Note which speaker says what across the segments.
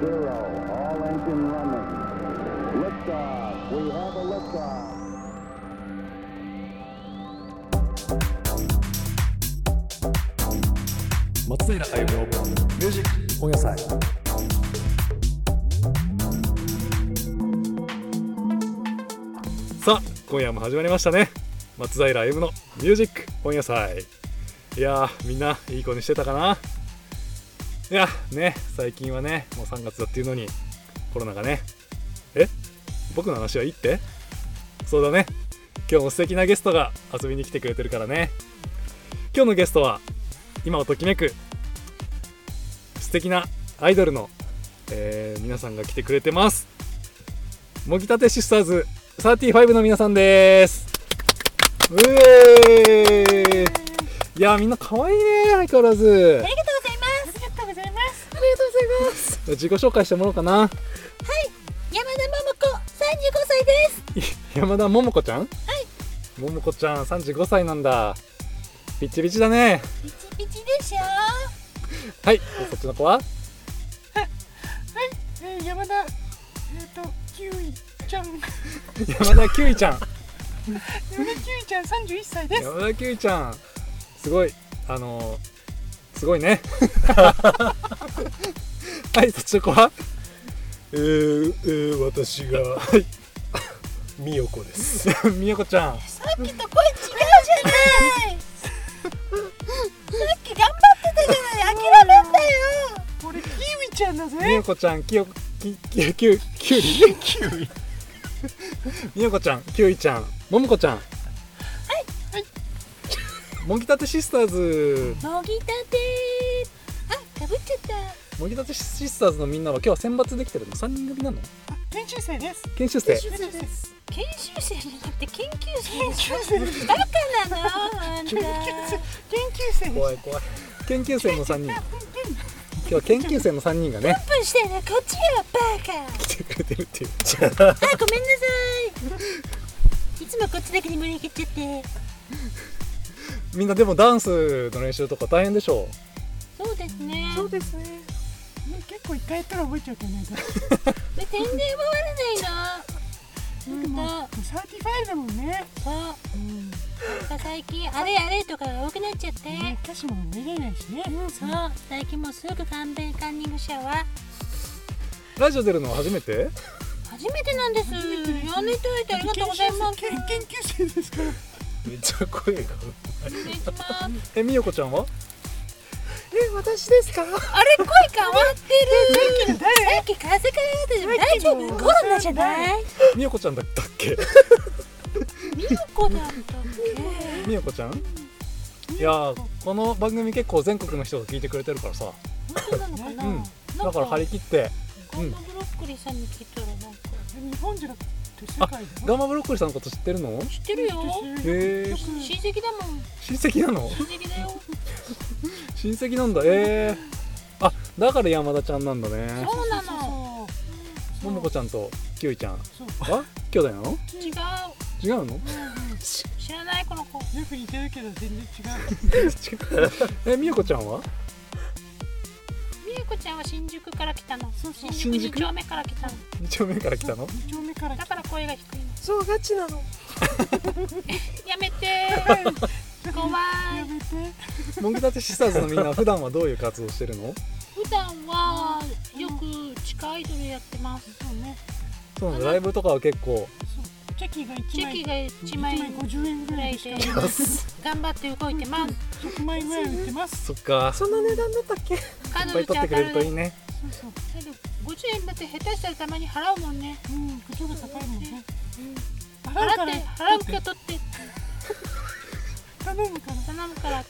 Speaker 1: zero. All engine running. Liftoff. We have a liftoff.
Speaker 2: 松平歩のミュージックお野菜さあ今夜も始まりましたね松平歩のミュージック本野菜いやーみんないい子にしてたかないやね最近はねもう3月だっていうのにコロナがねえ僕の話はいいってそうだね今日も素敵なゲストが遊びに来てくれてるからね今日のゲストは今をときめく素敵なアイドルの、えー皆さんが来てくれてますもぎたてシスターズ35の皆さんですうえーいやーみんな可愛いね相変わらず
Speaker 3: ありがとうございます。ありがとうございます。
Speaker 2: 自己紹介してもらおうかな
Speaker 3: 山田桃子、三十五歳です。
Speaker 2: い山田桃子ちゃんはい桃子ちゃん35歳なんだピッチピチだね
Speaker 3: ピチピチでしょ。
Speaker 2: はいでこっちの子 は
Speaker 3: はい、えー、山田、えっ、と、キウイちゃん、山
Speaker 2: 山田キュウイちゃ ん
Speaker 3: 田キウイちゃん、三十一歳で。
Speaker 2: 山田キュウイちゃんすごいあのー、すごい ねはいそっちの子は
Speaker 4: えーえー私が、はい、美代子です。
Speaker 2: みよこちゃん
Speaker 3: さっきと声違うじゃない。さっき頑張ってたじゃない、諦めんだよ。俺キウイちゃんだ
Speaker 2: み
Speaker 3: ぜ。
Speaker 2: よこちゃんきよきききゅうきゅうり
Speaker 4: キウイ。
Speaker 2: みよこちゃんきゅういちゃんももこちゃん
Speaker 3: はい
Speaker 2: もぎたてシスターズ
Speaker 3: もぎたてあ、かぶっちゃった。
Speaker 2: もぎたてシスターズのみんなは今日は選抜できてるの3人組なの
Speaker 3: 研修生です。
Speaker 2: 研修生
Speaker 3: 生です。研修生じゃなくて研究生研修生バカなのあんた研究生
Speaker 2: 怖い怖い研究生の3人今日は研究生の3人がね
Speaker 3: プンしてねこっちよバカ
Speaker 2: 来てくれてるっていう
Speaker 3: あごめんなさ いいつもこっちだけに盛り上げちゃって
Speaker 2: みんなでもダンスの練習とか大変でしょ
Speaker 3: そうですね
Speaker 5: そうですね。結構一回やったら覚えちゃうけどね。
Speaker 3: 全然覚えられないなほんと
Speaker 5: サーティファイだもんね。
Speaker 3: そう、なんか最近あれあれとかが多くなっちゃって、
Speaker 5: ね歌詞も見れないしね。
Speaker 3: そう最近もうすぐ勘弁カンニング社は
Speaker 2: うラジオ出るのは初めて
Speaker 3: 初めてなんですやめといてありがとうございます
Speaker 5: 研研究生ですから。
Speaker 4: めっちゃ声が。
Speaker 3: 失礼します
Speaker 2: えみよこちゃんは
Speaker 5: え、私ですか。
Speaker 3: あれ声変わって る。さっき風邪からやったじゃん。大丈夫？コロナじゃない？
Speaker 2: みよこちゃんだったっけ
Speaker 3: ミヨコだったっけ？
Speaker 2: みよこちゃんいやーこの番組結構全国の人が聞いてくれてるからさ
Speaker 3: 本当なのかな？
Speaker 2: うん
Speaker 3: な
Speaker 2: だ
Speaker 3: ん
Speaker 2: から張り切って
Speaker 3: ガンバブロッコリーさんに聞いたらなんか
Speaker 5: 日本じゃなくて世界だよ。
Speaker 2: ガンマブロッコリーさんのこと知ってるの
Speaker 3: 知ってるよ。
Speaker 2: へえ
Speaker 3: よく親戚だもん。
Speaker 2: 親戚なの
Speaker 3: 親戚だよ。
Speaker 2: 親戚なんだえー、あだから山田ちゃんなんだね
Speaker 3: そうなの。
Speaker 5: の。
Speaker 2: ももこちゃんときゅういちゃん
Speaker 5: そう
Speaker 2: は兄弟なの
Speaker 3: 違う。
Speaker 2: 違うの
Speaker 3: 知らないこの子。
Speaker 5: よく似てるけど全然違う。
Speaker 2: えみよこちゃんは
Speaker 3: ミヨコちゃんは新宿から来たの。
Speaker 5: そうそう
Speaker 3: 新宿
Speaker 2: 新
Speaker 3: 二
Speaker 2: 宿
Speaker 3: 丁目から来たの。
Speaker 2: 2丁目から来たの
Speaker 5: 二丁目から。
Speaker 3: だから声が低いの。
Speaker 5: そうガチなの。
Speaker 3: やめてー。怖い
Speaker 5: や。めて。
Speaker 2: もぎたてシスターズのみんなは普段はどういう活動してるの
Speaker 3: 普段はよく地下アイドルやってます。
Speaker 5: そうね。
Speaker 2: そうなのライブとかは結構
Speaker 5: そう。チェキが一
Speaker 3: チェ
Speaker 5: 枚。
Speaker 3: キが1枚
Speaker 5: 一五十円ぐ
Speaker 3: ぐ
Speaker 5: ら
Speaker 3: ら
Speaker 5: い
Speaker 3: い
Speaker 5: でし
Speaker 3: で
Speaker 5: か。
Speaker 3: 頑張って動いてます。
Speaker 5: 百枚ぐらい売ってます。
Speaker 2: そっか
Speaker 5: そんな値段だったっけ？
Speaker 3: カ
Speaker 2: いっ
Speaker 3: ド
Speaker 2: ぱい取って
Speaker 3: ルちゃん
Speaker 2: く
Speaker 3: カ
Speaker 2: れ
Speaker 3: ド
Speaker 2: るといい
Speaker 3: ル。
Speaker 2: ね
Speaker 5: そうそう。
Speaker 3: 50円だって下手したらたまに払うもんね。
Speaker 5: うん、口が高いもんね。
Speaker 3: 払
Speaker 5: 払うから
Speaker 3: って払うけ取って
Speaker 5: 頼むから。
Speaker 3: 頼む から。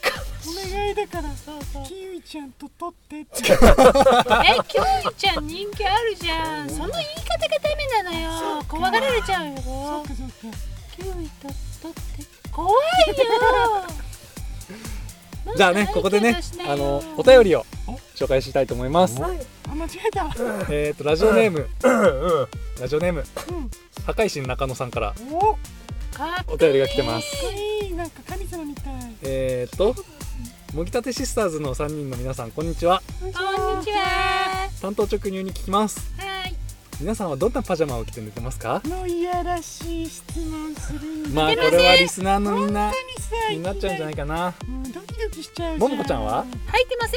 Speaker 5: お願いだから
Speaker 3: そうそう。
Speaker 5: キウイちゃんと取ってって
Speaker 3: え、キョウイちゃん人気あるじゃん。その言い方がダメなのよ。怖がられちゃ
Speaker 5: そ
Speaker 3: う
Speaker 5: う
Speaker 3: よ
Speaker 5: か。そうか
Speaker 3: キョウイと取って怖いよ。
Speaker 2: じゃあねここでねあのお便りを紹介したいと思います
Speaker 5: あ間違えた
Speaker 2: えっとラジオネーム
Speaker 4: うん
Speaker 2: ラジオネーム破壊神中野さんから
Speaker 5: おっ
Speaker 3: かっこいい
Speaker 2: お便りが来てます
Speaker 5: いいなんか神様みたい
Speaker 2: えっともぎたてシスターズの3人の皆さんこんにちは
Speaker 3: こんにちは
Speaker 2: 担当直入に聞きます
Speaker 3: はい
Speaker 2: 皆さんはどんなパジャマを着て寝てますか
Speaker 5: のいやらしい質問するんだ
Speaker 2: まあこれはリスナーのみんな
Speaker 5: 本当にさ
Speaker 2: 気になっちゃうんじゃないかな
Speaker 5: もうドキドキしちゃうじゃ
Speaker 2: ももこちゃんは
Speaker 3: 入ってま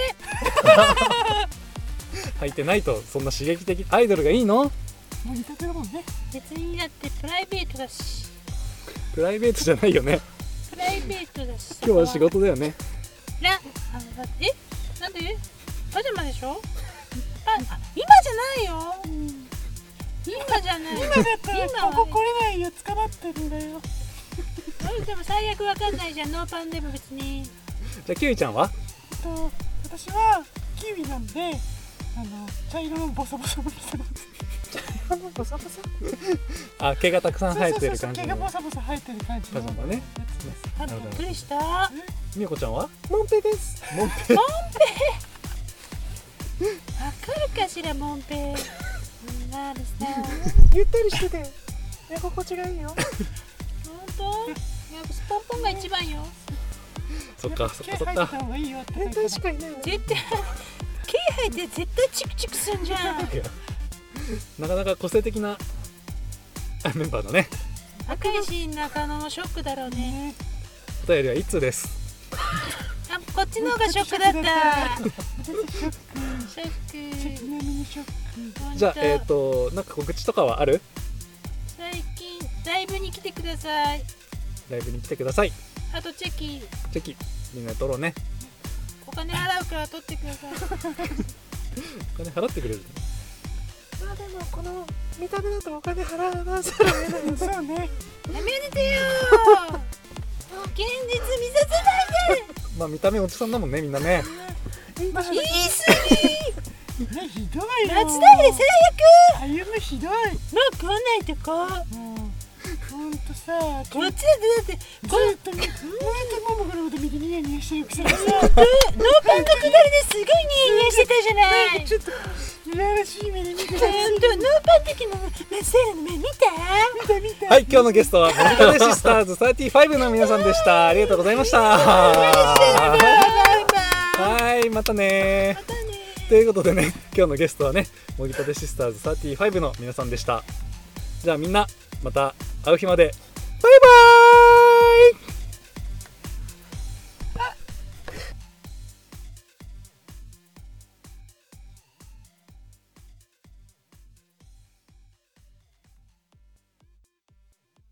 Speaker 3: せん
Speaker 2: 履いてないとそんな刺激的アイドルがいいの
Speaker 5: もう見たてだもんね
Speaker 3: 別にだってプライベートだし
Speaker 2: プライベートじゃないよね
Speaker 3: プライベートだし
Speaker 2: 今日は仕事だよね
Speaker 3: らあのだってえなんでパジャマ でしょパあ今じゃないよ、今じゃない今
Speaker 5: だからここ来れないよ捕まってるんだよ
Speaker 3: でも最悪わかんないじゃんノーパンでも別に
Speaker 2: じゃあキウイちゃんは
Speaker 5: えっと私はキウイなんであの茶色のボソボソの人
Speaker 3: ボサボサ
Speaker 2: あ毛がたくさん生えてる
Speaker 5: そうそうそ
Speaker 2: 感
Speaker 5: う毛
Speaker 2: じ
Speaker 5: がボ
Speaker 2: の
Speaker 5: サボサ生えてる感じ
Speaker 2: パ
Speaker 5: の
Speaker 2: ジャマね
Speaker 5: やつです
Speaker 3: あびっくりした
Speaker 2: みよこちゃんはモンペですモンペ
Speaker 3: わかるかしらモンペイなる さ
Speaker 5: ゆったりしてて寝心地がいいよ
Speaker 3: 本当やっぱスポンポンが一番よ
Speaker 2: そっかそっか
Speaker 5: 毛入
Speaker 2: そ
Speaker 5: っ
Speaker 2: ったか
Speaker 5: 方がいいよって
Speaker 6: 変態しかいないの
Speaker 3: 絶対気配って絶対チクチクすんじゃん
Speaker 2: いやなかなか個性的なあメンバーだね
Speaker 3: 赤いし中野もショックだろうね
Speaker 2: お便りは一通です
Speaker 3: あこっちの方がショックだった ショ
Speaker 5: ち
Speaker 3: ッ
Speaker 5: なみにショック
Speaker 3: ク
Speaker 2: じゃあえっ、
Speaker 3: 本当
Speaker 2: となんか告知とかはある
Speaker 3: 最近ライブに来てください
Speaker 2: ライブに来てください
Speaker 3: あとチェキ
Speaker 2: チェキみんなで取ろうね
Speaker 3: お金払うから取ってくださ い
Speaker 2: お金払ってくれる
Speaker 6: まあでもこの見た目だとお金払わなさらえないの
Speaker 5: そうね
Speaker 3: やめてよー現実見させないで
Speaker 2: まあ見た目おじさんだもんねみんな ね
Speaker 3: 言い過ぎ
Speaker 5: ねひどいよ
Speaker 3: 夏だよ最
Speaker 5: 歩むひどい
Speaker 3: 悪もう食わないとこ
Speaker 5: もうほんとさ
Speaker 3: こっちだってだってこ
Speaker 5: ずっとずっとももこのこと見てニヤニヤしてるくせにさ
Speaker 3: ノーパンのくだりですごいニヤニヤしてたじゃない
Speaker 5: ちょっといやらしい目で見てた
Speaker 3: ほんとノーパンの時のマセールの目見た
Speaker 2: はい今日のゲストはモニカデシスターズ35の皆さんでしたありがとうございましたは
Speaker 3: バイバイ
Speaker 2: いまたね
Speaker 3: またね
Speaker 2: ということでね 今日のゲストはねもぎたてシスターズ35の皆さんでしたじゃあみんなまた会う日までバイバーイ